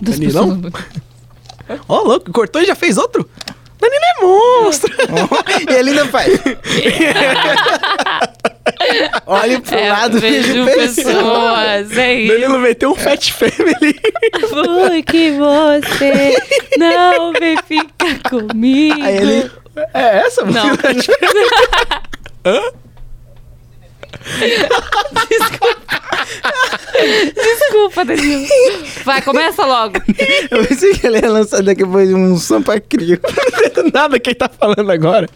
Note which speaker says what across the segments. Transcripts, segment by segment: Speaker 1: Danilão?
Speaker 2: pessoas.
Speaker 1: Ó, louco, cortou e já fez outro? Danilo é monstro!
Speaker 3: e ele ainda faz. Olha pro
Speaker 2: É,
Speaker 3: lado,
Speaker 2: vejo pessoas, é isso.
Speaker 1: Danilo meteu um fat family.
Speaker 2: Por que você não vem ficar comigo?
Speaker 3: Aí ele.
Speaker 1: É essa a
Speaker 2: Não.
Speaker 1: música do fat family?
Speaker 2: Desculpa, Danilo. Vai, começa logo.
Speaker 3: Eu pensei que ele ia lançar depois um Sampa Crio.
Speaker 1: Nada que ele tá falando agora.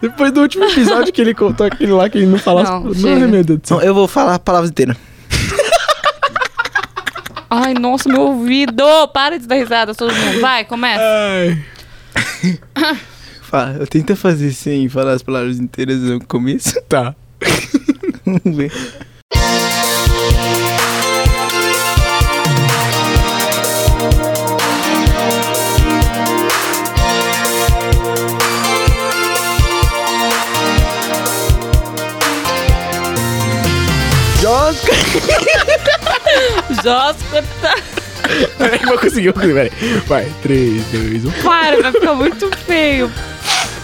Speaker 1: Depois do último episódio que ele contou aquele lá que ele não falasse.
Speaker 2: Não, chega.
Speaker 1: meu Deus do céu.
Speaker 3: Então, eu vou falar a palavra inteira.
Speaker 2: Ai, nossa, meu ouvido. Para de dar risada, todo mundo. Vai, começa.
Speaker 1: Ai.
Speaker 3: Fala, eu tento fazer sem falar as palavras inteiras no começo.
Speaker 1: Tá.
Speaker 3: Vamos ver. Joga!
Speaker 2: Josco tá...
Speaker 1: Peraí, vou conseguir, vou conseguir. Peraí. Vai, um. 3, 2, 1.
Speaker 2: Para, vai ficar muito feio.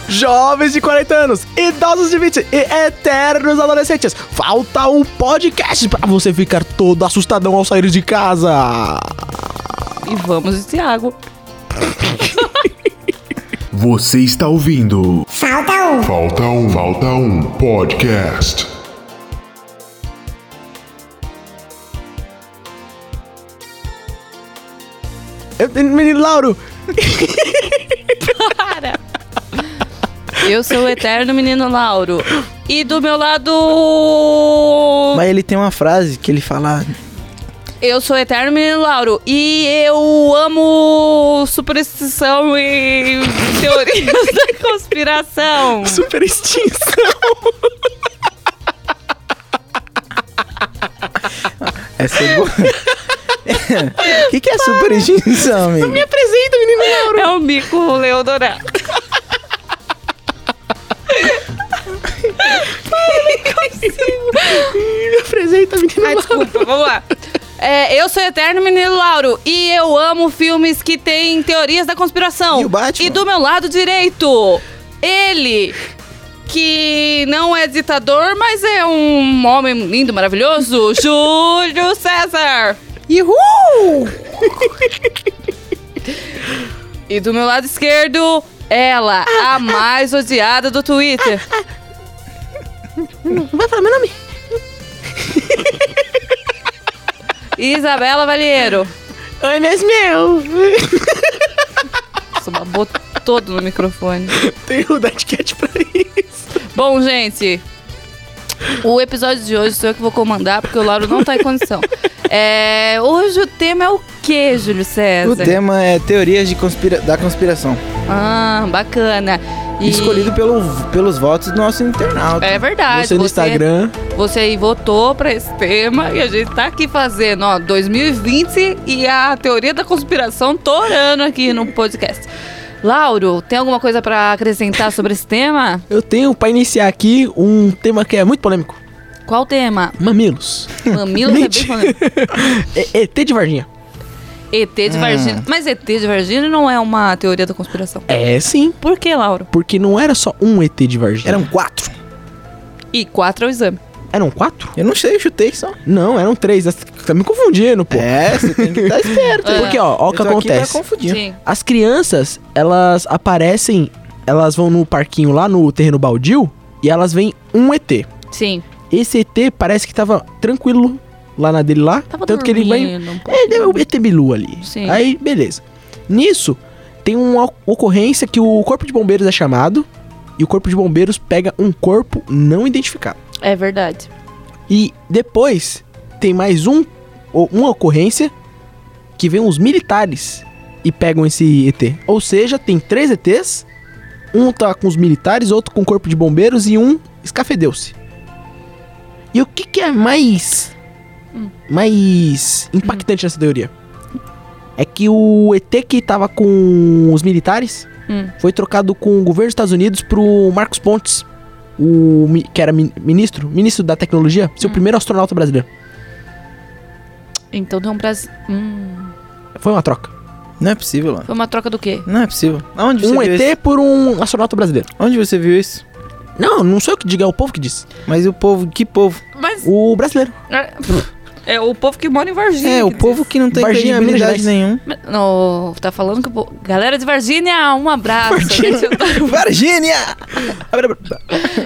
Speaker 1: Jovens de 40 anos, idosos de 20 e eternos adolescentes, falta um podcast pra você ficar todo assustadão ao sair de casa.
Speaker 2: E vamos, de Thiago.
Speaker 4: Você está ouvindo.
Speaker 5: Falta um, falta um podcast.
Speaker 1: Eu- Menino Lauro,
Speaker 2: Para. Eu sou o eterno menino Lauro. E do meu lado...
Speaker 3: Mas ele tem uma frase que ele fala.
Speaker 2: Eu sou o eterno menino Lauro e eu amo superstição e teorias da conspiração.
Speaker 1: super extinção.
Speaker 3: Essa é boa. O que, que é super extinção, amigo?
Speaker 1: Me apresenta, menino Lauro.
Speaker 2: É o mico Leodorado.
Speaker 1: Me apresenta, menino
Speaker 2: Ai, desculpa, vamos lá. É, eu sou o eterno menino Lauro e eu amo filmes que têm teorias da conspiração.
Speaker 3: E o Batman?
Speaker 2: E do meu lado direito, ele que não é ditador, mas é um homem lindo, maravilhoso, Júlio César.
Speaker 3: Uhul!
Speaker 2: E do meu lado esquerdo, ela, a mais odiada do Twitter.
Speaker 1: Vai falar meu nome.
Speaker 2: Isabela Valheiro.
Speaker 1: Oi, meus meus.
Speaker 2: Nossa, babou todo no microfone.
Speaker 1: Tem o Dadcat pra isso.
Speaker 2: Bom, gente, o episódio de hoje sou eu que vou comandar, porque o Lauro não tá em condição. É, hoje o tema é o que, Júlio César?
Speaker 3: O tema é teorias de conspira- da conspiração,
Speaker 2: Ah, bacana. E-
Speaker 3: escolhido pelo, pelos votos do nosso internauta.
Speaker 2: É verdade.
Speaker 1: Você no Instagram.
Speaker 2: Você aí votou pra esse tema e a gente tá aqui fazendo, ó, 2020 e a teoria da conspiração torando aqui no podcast. Lauro, tem alguma coisa pra acrescentar sobre esse tema?
Speaker 1: Eu tenho pra iniciar aqui um tema que é muito polêmico.
Speaker 2: Qual tema?
Speaker 1: Mamilos.
Speaker 2: Mamilos é bem
Speaker 1: Mentira.
Speaker 2: polêmico.
Speaker 1: É- ET de Varginha.
Speaker 2: ET de
Speaker 1: Ah.
Speaker 2: Varginha. Mas ET de Varginha não é uma teoria da conspiração.
Speaker 1: É sim.
Speaker 2: Por que, Lauro?
Speaker 1: Porque não era só um ET de Varginha.
Speaker 3: Eram quatro.
Speaker 2: E quatro é o exame.
Speaker 1: Eram quatro?
Speaker 3: Eu não sei, eu chutei só.
Speaker 1: Não, eram três. Você Tá me confundindo, pô.
Speaker 3: É, você tem que estar esperto.
Speaker 2: É.
Speaker 1: Porque, ó, ó o que
Speaker 3: Eu tô aqui pra
Speaker 1: acontece.
Speaker 3: confundir.
Speaker 2: Sim.
Speaker 1: As crianças, elas aparecem, elas vão no parquinho lá no terreno baldio e elas veem um ET.
Speaker 2: Sim.
Speaker 1: Esse ET parece que tava tranquilo lá na dele lá.
Speaker 2: Tava
Speaker 1: tanto que ele vai.
Speaker 2: dormindo um pouco.
Speaker 1: É, deu o ET Bilu ali.
Speaker 2: Sim.
Speaker 1: Aí, beleza. Nisso, tem uma o- ocorrência que o corpo de bombeiros é chamado e o corpo de bombeiros pega um corpo não identificado.
Speaker 2: É verdade.
Speaker 1: E depois tem mais um o- uma ocorrência que vem os militares e pegam esse ET. Ou seja, tem três ETs, um tá com os militares, outro com o corpo de bombeiros e um escafedeu-se. E o que, que é mais mais impactante nessa teoria? É que o ET que tava com os militares
Speaker 2: Hum.
Speaker 1: foi trocado com o governo dos Estados Unidos pro Marcos Pontes, o mi- que era mi- ministro, ministro da
Speaker 3: Hum.
Speaker 1: tecnologia, seu primeiro astronauta brasileiro.
Speaker 2: Então tem um Brasil. Hum.
Speaker 1: Foi uma troca.
Speaker 3: Não é possível, Luan.
Speaker 2: Foi uma troca do quê?
Speaker 3: Não é possível. Aonde você
Speaker 1: um
Speaker 3: viu
Speaker 1: ET
Speaker 3: isso?
Speaker 1: por um astronauta brasileiro.
Speaker 3: Onde você viu isso?
Speaker 1: Não, não sou eu que digo, é o povo que diz.
Speaker 3: Mas o povo, que povo?
Speaker 2: Mas
Speaker 1: O brasileiro.
Speaker 2: é, é o povo que mora em Varginha.
Speaker 3: é, o
Speaker 2: que diz.
Speaker 3: povo que não tem
Speaker 1: Varginha,
Speaker 3: credibilidade
Speaker 1: Minas né? Gerais.
Speaker 3: nenhuma.
Speaker 2: No, tá falando que o povo... Galera de Varginha, um abraço.
Speaker 3: Varginha!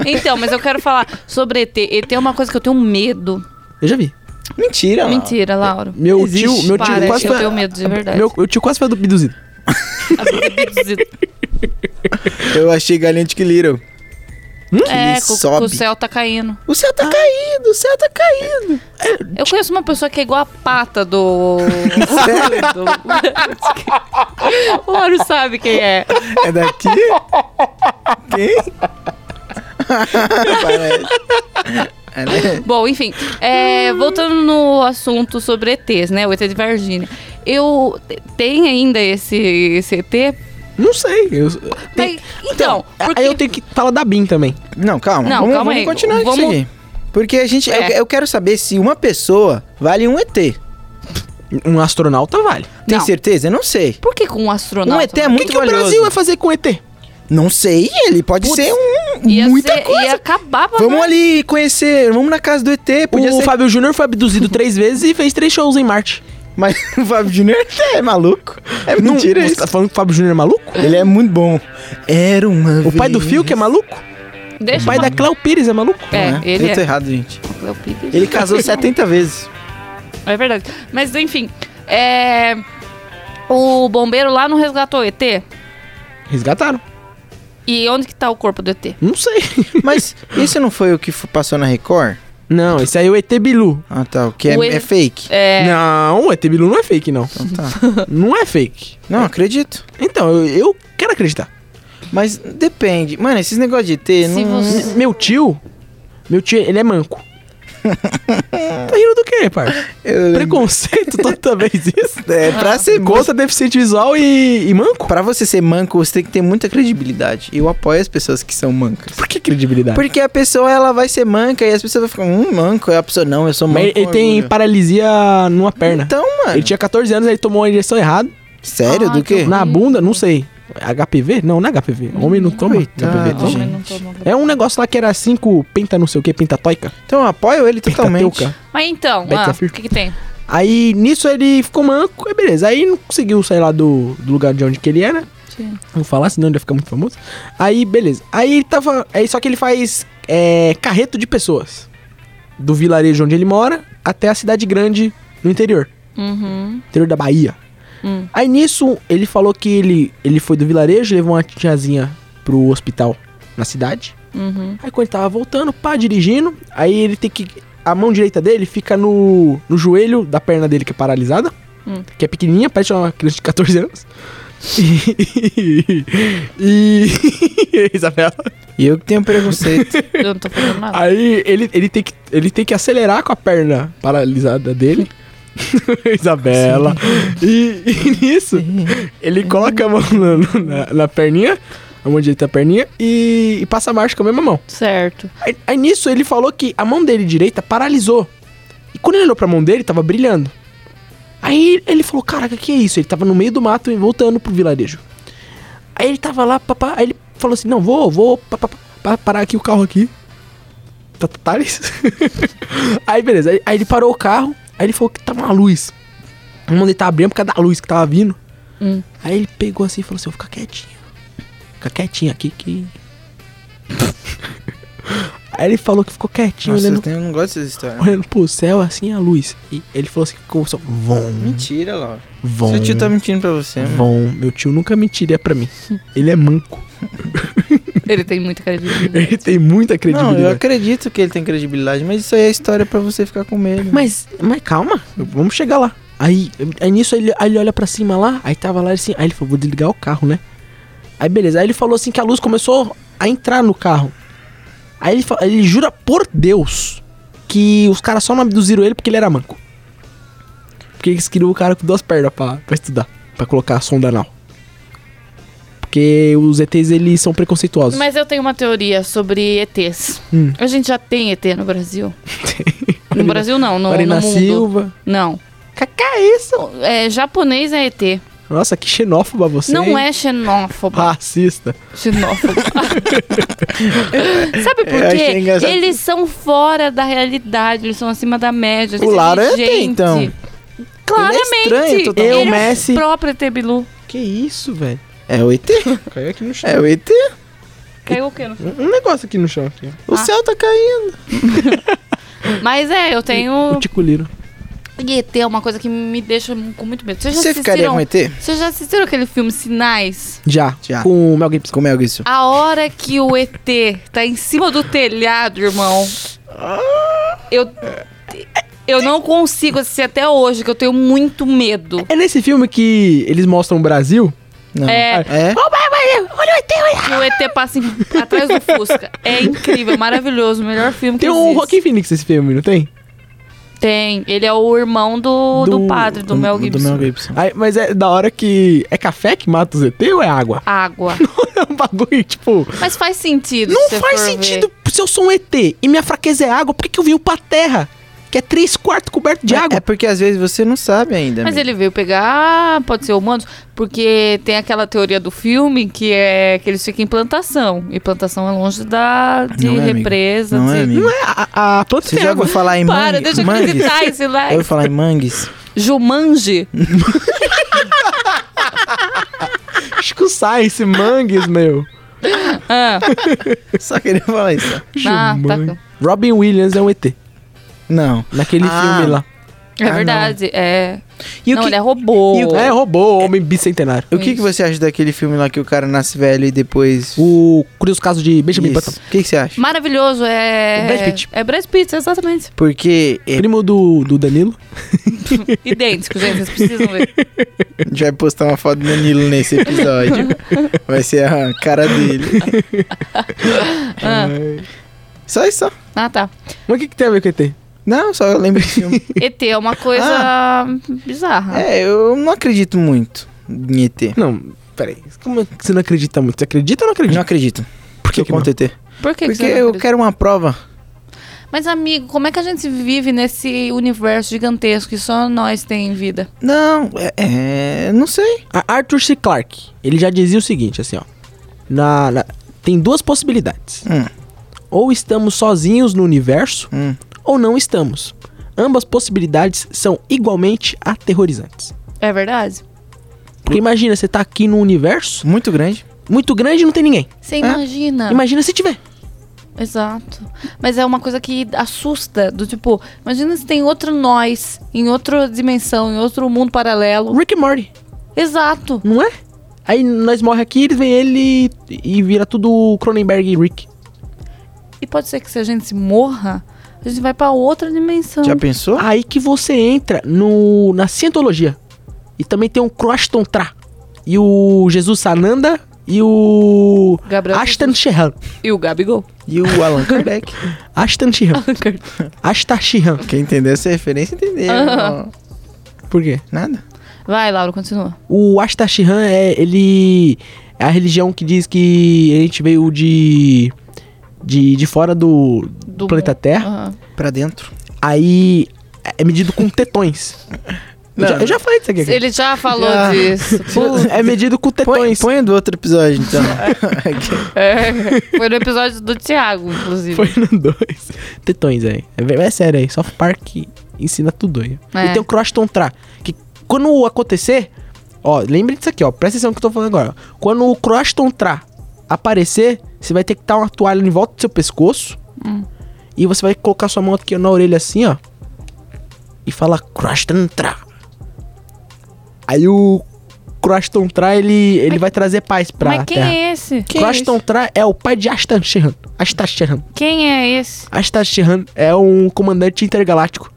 Speaker 2: Então, mas eu quero falar sobre ET. ET é uma coisa que eu tenho medo.
Speaker 1: Eu já vi.
Speaker 3: Mentira, Luan.
Speaker 2: Mentira, Lauro.
Speaker 1: Meu
Speaker 3: Existe.
Speaker 1: tio, meu tio
Speaker 2: Para,
Speaker 1: quase
Speaker 2: eu
Speaker 1: foi.
Speaker 2: tenho medo de verdade.
Speaker 1: Meu, meu tio quase foi abduzido.
Speaker 3: Hum? Eu achei galinha de que little.
Speaker 2: é,
Speaker 3: ele
Speaker 2: co-
Speaker 3: sobe.
Speaker 2: co- o céu tá caindo.
Speaker 3: O céu
Speaker 1: Ah.
Speaker 3: tá caído, o céu tá caído.
Speaker 2: Eu conheço uma pessoa que é igual a pata do. do... o Lauro sabe quem é.
Speaker 3: É daqui? Quem? Parece. É, né?
Speaker 2: Bom, enfim, é, voltando no assunto sobre ETs, né? O ET de Varginha. Eu. Tem ainda esse, esse ET?
Speaker 1: Não sei. eu- tem-
Speaker 2: Mas, então, porque.
Speaker 1: Aí eu tenho que falar da BIM também.
Speaker 3: Não, calma.
Speaker 2: Não,
Speaker 3: vamos,
Speaker 2: calma
Speaker 3: vamos
Speaker 2: aí.
Speaker 3: continuar isso
Speaker 2: Vamos-
Speaker 3: aqui. Porque a gente. eu-
Speaker 2: É.
Speaker 3: Eu, quero saber se uma pessoa vale um ET. Tem
Speaker 1: Um astronauta vale.
Speaker 2: Não.
Speaker 3: certeza? Eu não sei.
Speaker 2: Por que com um astronauta?
Speaker 3: um ET é
Speaker 1: O
Speaker 3: muito
Speaker 1: que, que o
Speaker 3: valioso.
Speaker 1: Brasil vai fazer com o ET?
Speaker 3: Não sei, ele pode
Speaker 1: Putz,
Speaker 3: ser um.
Speaker 2: Ia né?
Speaker 3: muita
Speaker 2: ser-
Speaker 3: coisa.
Speaker 2: Ia acabar pra
Speaker 3: Vamos ali conhecer, vamos na casa do ET, podia
Speaker 1: o
Speaker 3: ser.
Speaker 1: Fábio Júnior foi abduzido três vezes e fez três shows em Marte.
Speaker 3: Mas o Fábio Júnior é maluco. É mentira
Speaker 1: não, Você
Speaker 3: isso.
Speaker 1: tá falando que o Fábio Júnior é maluco?
Speaker 3: Ele é muito bom. Era uma
Speaker 1: O pai do Phil que é maluco?
Speaker 2: Deixa
Speaker 1: O pai
Speaker 2: uma-
Speaker 1: da Cléo Pires é maluco?
Speaker 2: É, ele
Speaker 3: Eu tô
Speaker 2: é.
Speaker 3: errado, gente.
Speaker 2: Cleo Pires.
Speaker 3: Ele casou 70 vezes.
Speaker 2: É verdade. Mas enfim, é. O bombeiro lá não resgatou o ET?
Speaker 1: Resgataram.
Speaker 2: E onde que tá o corpo do ET?
Speaker 1: Não sei.
Speaker 3: Mas isso não foi o que f- passou na Record?
Speaker 1: Não, esse aí é o ET Bilu.
Speaker 3: Ah, tá. O que é,
Speaker 2: O ele-
Speaker 3: é fake?
Speaker 2: É.
Speaker 1: Não, o ET Bilu não é fake, não.
Speaker 3: Tá.
Speaker 1: Não é fake.
Speaker 3: Não, acredito.
Speaker 1: Então, eu, eu quero acreditar.
Speaker 3: Mas depende. Mano, esses negócios de ET
Speaker 2: Se
Speaker 3: não.
Speaker 2: você-
Speaker 1: M- Meu tio, meu tio, ele é manco. tá rindo do quê, pai?
Speaker 3: Eu-
Speaker 1: Preconceito toda vez isso?
Speaker 3: É,
Speaker 2: Ah.
Speaker 3: pra ser manco.
Speaker 1: Contra deficiente visual e, e manco?
Speaker 3: Pra você ser manco, você tem que ter muita credibilidade. Eu apoio as pessoas que são mancas.
Speaker 1: Por que credibilidade?
Speaker 3: Porque a pessoa, ela vai ser manca e as pessoas vão ficar, hum, manco. E a pessoa, não, eu sou manco.
Speaker 1: Mas ele
Speaker 3: com
Speaker 1: tem
Speaker 3: orgulho."
Speaker 1: paralisia numa perna.
Speaker 3: Então, mano.
Speaker 1: Ele tinha 14 anos, ele tomou uma injeção errada.
Speaker 3: Sério?
Speaker 2: Ah,
Speaker 3: do
Speaker 2: que
Speaker 3: quê?
Speaker 1: Na bunda, não sei. HPV? Não, não é HPV. Homem não toma HPV.
Speaker 3: Coitado,
Speaker 1: toma.
Speaker 3: gente.
Speaker 1: É um negócio lá que era 5 penta não sei o que, pentatoica.
Speaker 3: Então, eu apoio ele totalmente.
Speaker 1: Pentateuca.
Speaker 2: Mas então,
Speaker 1: Beto
Speaker 2: ah, o
Speaker 1: Zafir.
Speaker 2: que que tem?
Speaker 1: Aí nisso ele ficou manco, aí beleza. Aí não conseguiu sair lá do, do lugar de onde que ele era.
Speaker 2: Sim.
Speaker 1: Não vou falar, senão ele vai ficar muito famoso. Aí, beleza. Aí ele tava. Aí, só que ele faz é, carreto de pessoas. Do vilarejo onde ele mora até a cidade grande no interior.
Speaker 2: Uhum.
Speaker 1: Interior da Bahia.
Speaker 2: Hum.
Speaker 1: Aí nisso, ele falou que ele, ele foi do vilarejo, levou uma tiazinha pro hospital na cidade.
Speaker 2: Uhum.
Speaker 1: Aí quando ele tava voltando, pá, dirigindo, aí ele tem que. A mão direita dele fica no, no joelho da perna dele, que é paralisada,
Speaker 2: Hum.
Speaker 1: que é pequenininha, parece uma criança de 14 anos. E. e Isabela.
Speaker 3: E eu que tenho preconceito.
Speaker 2: Eu não tô falando nada.
Speaker 1: Aí ele, ele, tem que, ele tem que acelerar com a perna paralisada dele. Isabela. E, e nisso, ele coloca a mão na, na- na perninha, a mão direita na perninha, e, e passa a marcha com a mesma mão.
Speaker 2: Certo.
Speaker 1: Aí, aí nisso ele falou que a mão dele direita paralisou. E quando ele olhou pra mão dele, tava brilhando. Aí ele falou, caraca, que é isso? Ele tava no meio do mato e voltando pro vilarejo. Aí ele tava lá, papá, aí ele falou assim, não, vou, vou pa- pa- pa- parar aqui o carro aqui. Tá, tá, tá isso? aí beleza, aí, aí ele parou o carro, aí ele falou que tava uma luz. A mão dele tava abrindo por causa da luz que tava vindo.
Speaker 2: Hum.
Speaker 1: Aí ele pegou assim e falou assim, eu vou ficar quietinho. Fica quietinho aqui que... aí ele falou que ficou quietinho,
Speaker 3: Nossa,
Speaker 1: olhando
Speaker 3: eu tenho- eu não gosto dessas histórias.
Speaker 1: olhando pro céu, assim, a luz. E ele falou assim, ficou só... Vom,
Speaker 3: Mentira, Laura.
Speaker 1: vom,
Speaker 3: Seu tio tá mentindo pra você, mano.
Speaker 1: vom. Meu tio nunca mentiria pra mim. Ele é manco.
Speaker 2: Ele tem muita credibilidade.
Speaker 1: Ele tem muita
Speaker 3: Não,
Speaker 1: credibilidade.
Speaker 3: eu acredito que ele tem credibilidade, mas isso aí é história pra você ficar com medo.
Speaker 1: Mas, mas calma, vamos chegar lá. Aí, aí nisso ele, aí ele olha pra cima lá, aí tava lá assim, aí ele falou, vou desligar o carro, né? Aí beleza, aí ele falou assim que a luz começou a entrar no carro. Aí ele, fa- aí ele jura por Deus que os caras só não abduziram ele porque ele era manco. Porque eles queriam o cara com duas pernas pra, pra estudar, pra colocar a sonda anal. Porque os ETs, eles são preconceituosos.
Speaker 2: Mas eu tenho uma teoria sobre ETs.
Speaker 1: Hum.
Speaker 2: A gente já tem ET no Brasil. no Brasil não, no,
Speaker 1: Marina
Speaker 2: no mundo.
Speaker 1: Silva,
Speaker 2: Não.
Speaker 1: Que que é isso?
Speaker 2: É, japonês é ET.
Speaker 1: Nossa, que xenófoba você.
Speaker 2: Não
Speaker 1: hein?
Speaker 2: é
Speaker 3: Ah.
Speaker 2: xenófobo.
Speaker 1: Racista.
Speaker 2: Xenófobo. Sabe por
Speaker 3: Eu É, achei
Speaker 2: quê?
Speaker 3: engraçado.
Speaker 2: Eles são fora da realidade, eles são acima da média. eles
Speaker 3: O
Speaker 2: são
Speaker 3: Laura é ET,
Speaker 2: inteligentes.
Speaker 3: então.
Speaker 2: é Claramente.
Speaker 3: estranho, totalmente.
Speaker 2: Ele
Speaker 1: Eu,
Speaker 2: é o
Speaker 1: Messi.
Speaker 2: próprio Tebilu.
Speaker 1: Que isso, velho?
Speaker 3: É o ET?
Speaker 1: Caiu aqui no chão.
Speaker 3: É o ET?
Speaker 2: Caiu o quê? no-
Speaker 1: Um negócio aqui no chão. Aqui.
Speaker 3: O
Speaker 2: Ah.
Speaker 3: céu tá caindo.
Speaker 2: Mas é, eu tenho.
Speaker 1: O ticuliro.
Speaker 2: E ET é uma coisa que me deixa com muito medo. Vocês já
Speaker 3: Você ficaria
Speaker 2: assistiram?
Speaker 3: com ET?
Speaker 2: Vocês já assistiram aquele filme Sinais?
Speaker 1: Já.
Speaker 3: Já.
Speaker 1: Com o Mel Gibson.
Speaker 3: Como é que isso?
Speaker 2: A hora que o ET tá em cima do telhado, irmão. Eu. Eu não consigo assistir até hoje, que eu tenho muito medo.
Speaker 1: É nesse filme que eles mostram o Brasil?
Speaker 3: Não.
Speaker 2: É,
Speaker 3: É?
Speaker 2: que o ET passa em- atrás do Fusca. É incrível, maravilhoso. o Melhor filme que
Speaker 1: Tem o
Speaker 2: existe.
Speaker 1: Joaquim Phoenix nesse filme, não tem?
Speaker 2: Tem. Ele é o irmão do, do, padre, do, Mel Gibson.
Speaker 3: Do Mel Gibson.
Speaker 1: Aí, mas é da hora que... É café que mata os ET ou é água?
Speaker 2: Água.
Speaker 1: é um bagulho, tipo...
Speaker 2: Mas faz sentido.
Speaker 1: Não
Speaker 2: se você
Speaker 1: faz
Speaker 2: for
Speaker 1: sentido se eu sou um ET e minha fraqueza é água, por que, que eu vim pra terra? Que é três quartos coberto de
Speaker 3: Mas
Speaker 1: água.
Speaker 3: É porque às vezes você não sabe ainda.
Speaker 2: Mas
Speaker 3: amigo.
Speaker 2: ele veio pegar, pode ser humanos, porque tem aquela teoria do filme que é que eles ficam em plantação. E plantação é longe da de
Speaker 3: Não é, amigo.
Speaker 2: represa.
Speaker 3: Não
Speaker 2: de...
Speaker 3: é, amigo.
Speaker 1: Não é a, a planta
Speaker 3: Você
Speaker 1: tem
Speaker 3: já ouviu
Speaker 1: água.
Speaker 3: falar em
Speaker 2: Para,
Speaker 3: mangue-
Speaker 2: deixa eu
Speaker 3: mangues?
Speaker 2: acreditar esse
Speaker 3: Já
Speaker 2: like.
Speaker 3: ouviu falar em mangues?
Speaker 2: Jumanji.
Speaker 1: Acho que sai esse mangues, meu.
Speaker 2: Ah,
Speaker 3: Só queria falar isso.
Speaker 2: ah,
Speaker 1: Jumanji.
Speaker 2: tá.
Speaker 1: Robin Williams é um ET.
Speaker 3: Não.
Speaker 1: Naquele
Speaker 3: Ah.
Speaker 1: filme lá.
Speaker 2: É
Speaker 3: Ah, não.
Speaker 2: verdade. É.
Speaker 3: E o
Speaker 2: não,
Speaker 3: que-
Speaker 2: ele é robô.
Speaker 3: e o-
Speaker 1: É, robô, homem bicentenário.
Speaker 3: O que, que
Speaker 2: Isso.
Speaker 3: você acha daquele filme lá que o cara nasce velho e depois.
Speaker 1: O curioso caso de Benjamin
Speaker 3: Isso.
Speaker 1: Button.
Speaker 3: O que, que você acha?
Speaker 2: Maravilhoso, é.
Speaker 1: O Brad Pitt.
Speaker 2: É Brad Pitt, exatamente.
Speaker 3: Porque é,
Speaker 1: Primo do, do Danilo.
Speaker 2: Idêntico, gente, vocês precisam ver.
Speaker 3: a gente vai postar uma foto do Danilo nesse episódio. vai ser a cara dele.
Speaker 2: Ah,
Speaker 3: Só isso. só.
Speaker 2: ah, tá.
Speaker 1: Mas o que, que tem a ver com ET?
Speaker 3: Não, só eu lembro do filme.
Speaker 2: ET é uma coisa
Speaker 1: Ah.
Speaker 2: bizarra.
Speaker 3: Ah. é, eu não acredito muito em ET.
Speaker 1: Não, peraí. Como é que você não acredita muito? Você acredita ou não
Speaker 3: Eu
Speaker 1: acredita?
Speaker 3: não acredito. Por
Speaker 1: que
Speaker 3: eu
Speaker 1: que
Speaker 3: conto ET?
Speaker 2: Por que, que
Speaker 3: Porque
Speaker 2: você não
Speaker 3: eu
Speaker 2: acredita?
Speaker 3: quero uma prova.
Speaker 2: Mas, amigo, como é que a gente vive nesse universo gigantesco que só nós tem vida?
Speaker 3: Não, é. é, não sei.
Speaker 1: A- Arthur C. Clarke, ele já dizia o seguinte, assim, ó. Na- na, tem duas possibilidades.
Speaker 3: Hum,
Speaker 1: Ou estamos sozinhos no universo,
Speaker 3: hum.
Speaker 1: ou não estamos. Ambas possibilidades são igualmente aterrorizantes.
Speaker 2: É verdade?
Speaker 1: Porque imagina, você tá aqui num universo
Speaker 3: Muito grande.
Speaker 1: muito grande e não tem ninguém.
Speaker 2: Você imagina.
Speaker 1: Imagina se tiver.
Speaker 2: Exato. Mas é uma coisa que assusta, do tipo, imagina se tem outro nós, em outra dimensão, em outro mundo paralelo.
Speaker 1: Rick e Morty,
Speaker 2: Exato.
Speaker 1: não é? Aí nós morre aqui, eles vêm ele e vira tudo Cronenberg e Rick.
Speaker 2: E pode ser que se a gente se morra, a gente vai pra outra dimensão.
Speaker 3: Já pensou?
Speaker 1: Aí que você entra no na cientologia. E também tem um Croaston Tra. E o Jesus Sananda e o
Speaker 2: Gabriel
Speaker 1: Ashton Sheehan.
Speaker 2: E o Gabigol.
Speaker 3: E o Allan Kardec.
Speaker 1: Ashton Sheehan. Ashtar Sheehan.
Speaker 3: Quem entendeu essa referência entendeu.
Speaker 2: Ah.
Speaker 1: Por quê?
Speaker 3: Nada.
Speaker 2: Vai, Laura, continua.
Speaker 1: O Ashtar Sheehan é ele é a religião que diz que a gente veio de de, de fora do,
Speaker 2: Do
Speaker 1: planeta Terra.
Speaker 2: Aham.
Speaker 3: Pra dentro.
Speaker 1: Aí é medido com tetões. eu,
Speaker 3: Não.
Speaker 1: já, eu já falei isso aqui.
Speaker 2: Ele já falou
Speaker 3: Já.
Speaker 2: disso.
Speaker 1: Pô, É medido com
Speaker 3: Põe,
Speaker 1: tetões.
Speaker 3: põe o do outro episódio, então.
Speaker 2: É, foi no episódio do Thiago, inclusive.
Speaker 1: Foi no 2. Tetões, aí. É, ve- é sério aí. South Park ensina tudo aí.
Speaker 2: É.
Speaker 1: E tem o Croston Tra. Que quando acontecer. Ó, lembre disso aqui, ó. Presta atenção no que eu tô falando agora. ó. Quando o Croston Tra aparecer, você vai ter que estar uma toalha em volta do seu pescoço.
Speaker 2: Hum.
Speaker 1: E você vai colocar sua mão aqui na orelha assim, ó. E fala Croston Tra. Aí o Croston Tra, ele, ele vai trazer paz pra
Speaker 2: Mas quem
Speaker 1: terra.
Speaker 2: é esse?
Speaker 1: Croston Tra é o pai de Ashtan Sheehan. Ashtan Sheehan.
Speaker 2: Quem é esse?
Speaker 1: Ashtar Sheehan é um comandante intergaláctico.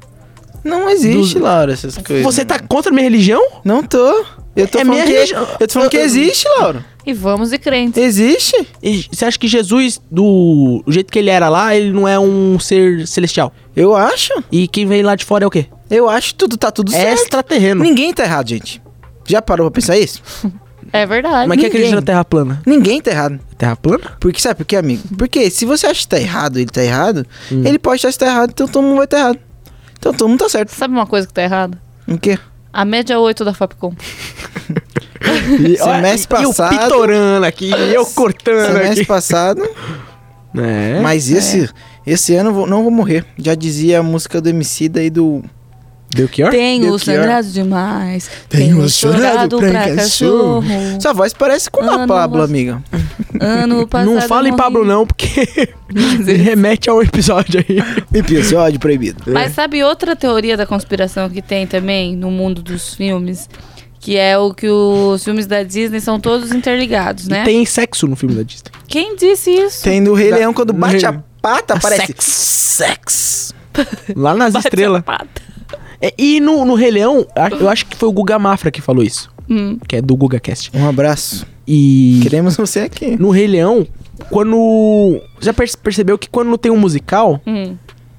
Speaker 3: Não existe,
Speaker 1: Dos-
Speaker 3: Laura, essas coisas.
Speaker 1: Você tá contra a minha religião?
Speaker 3: Não tô. Eu tô
Speaker 1: É minha
Speaker 3: falando, que...
Speaker 1: religião.
Speaker 3: eu tô falando que
Speaker 1: Eu- eu-
Speaker 3: existe, Laura.
Speaker 2: E vamos de crente.
Speaker 3: Existe.
Speaker 1: E você acha que Jesus, do o jeito que ele era lá, ele não é um ser celestial?
Speaker 3: Eu acho.
Speaker 1: E quem vem lá de fora é o quê?
Speaker 3: Eu acho que tudo tá tudo
Speaker 1: É
Speaker 3: certo.
Speaker 1: extraterreno.
Speaker 3: Ninguém tá errado, gente. Já parou pra pensar isso?
Speaker 2: É verdade.
Speaker 1: Mas quem
Speaker 3: Ninguém.
Speaker 1: acredita na Terra plana?
Speaker 3: Ninguém tá errado.
Speaker 1: Terra plana?
Speaker 3: Porque sabe por quê, amigo? Porque se você acha que tá errado, ele tá
Speaker 1: Hum.
Speaker 3: errado, ele pode achar que tá errado, então todo mundo vai estar errado. Então todo mundo tá certo.
Speaker 2: Sabe uma coisa que tá errada?
Speaker 3: Em quê?
Speaker 2: A média 8 da Fapcom.
Speaker 1: E, ó,
Speaker 3: Semestre
Speaker 1: é e-
Speaker 3: passado-
Speaker 1: E eu pitorando aqui, e eu cortando
Speaker 3: Semestre
Speaker 1: aqui.
Speaker 3: passado.
Speaker 1: né, É.
Speaker 3: Mas esse, esse ano eu vou- não vou morrer. Já dizia a música do MC daí do.
Speaker 1: Deu que hora?
Speaker 2: Tenho
Speaker 3: Belchior.
Speaker 2: sangrado demais.
Speaker 3: Tenho
Speaker 2: Tenho
Speaker 3: chorado
Speaker 2: chorado
Speaker 3: pra
Speaker 2: pra
Speaker 3: cachorro.
Speaker 2: cachorro.
Speaker 3: Sua voz parece com uma
Speaker 2: Ah, não
Speaker 3: Pablo,
Speaker 2: gosto.
Speaker 3: amiga.
Speaker 2: Ano passado.
Speaker 1: Não fala em
Speaker 2: morri.
Speaker 1: Pablo não, porque
Speaker 2: Mas ele-
Speaker 1: remete ao episódio aí.
Speaker 3: Episódio proibido.
Speaker 2: É. Mas sabe outra teoria da conspiração que tem também no mundo dos filmes? Que é o que os filmes da Disney são todos interligados, né?
Speaker 1: Tem sexo no filme da Disney.
Speaker 2: Quem disse isso?
Speaker 3: Tem no Rei
Speaker 1: Da-
Speaker 3: Leão quando
Speaker 1: no
Speaker 3: bate
Speaker 1: Rei-
Speaker 3: a pata, Tá, parece.
Speaker 1: Ah, Sex.
Speaker 3: Sex.
Speaker 1: Lá nas
Speaker 2: Bate a
Speaker 1: estrelas.
Speaker 2: pata.
Speaker 1: É, e no, no Rei Leão, a- eu acho que foi o Guga Mafra que falou isso.
Speaker 2: Hum.
Speaker 1: Que é do GugaCast.
Speaker 3: Um abraço.
Speaker 1: E
Speaker 3: Queremos você aqui.
Speaker 1: no Rei Leão, quando... Já perce- percebeu que quando tem um musical,
Speaker 2: Hum.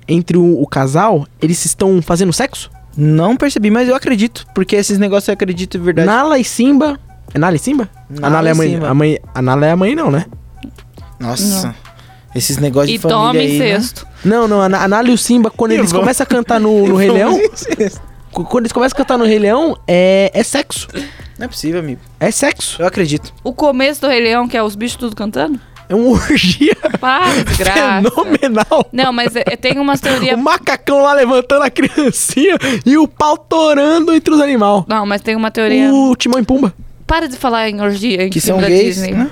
Speaker 1: entre o, o casal, eles estão fazendo sexo?
Speaker 3: Não percebi, mas eu acredito. Porque esses negócios eu acredito de verdade.
Speaker 1: Nala e Simba... É Nala e Simba?
Speaker 3: Nala
Speaker 1: a Nala é
Speaker 3: e
Speaker 1: a mãe,
Speaker 3: Simba.
Speaker 1: a mãe... A Nala é a mãe não, né?
Speaker 3: Nossa. Esses negócios
Speaker 2: E
Speaker 3: de família
Speaker 2: toma
Speaker 3: aí, né?
Speaker 2: incesto.
Speaker 1: Não, não, a, Na- a Nala e o Simba, quando
Speaker 3: E
Speaker 1: eles
Speaker 3: vão-
Speaker 1: começam a cantar no, no Rei Leão...
Speaker 3: Incesto.
Speaker 1: cu- Quando eles começam a cantar no Rei Leão, é, é sexo.
Speaker 3: Não é possível, amigo.
Speaker 1: É sexo.
Speaker 3: Eu acredito.
Speaker 2: O começo do Rei Leão, que é os bichos tudo cantando?
Speaker 1: É uma orgia
Speaker 2: Para,
Speaker 1: É
Speaker 2: desgraça.
Speaker 1: fenomenal.
Speaker 2: Não, mas é- é- tem umas
Speaker 1: O
Speaker 2: teorias.
Speaker 1: macacão lá levantando a criancinha e o pau torando entre os animais.
Speaker 2: Não, mas tem uma teoria.
Speaker 1: O Timão e Pumba.
Speaker 2: Para de falar em orgia em
Speaker 3: Que
Speaker 2: filme
Speaker 3: são
Speaker 2: da
Speaker 3: gays,
Speaker 2: Disney.
Speaker 3: né?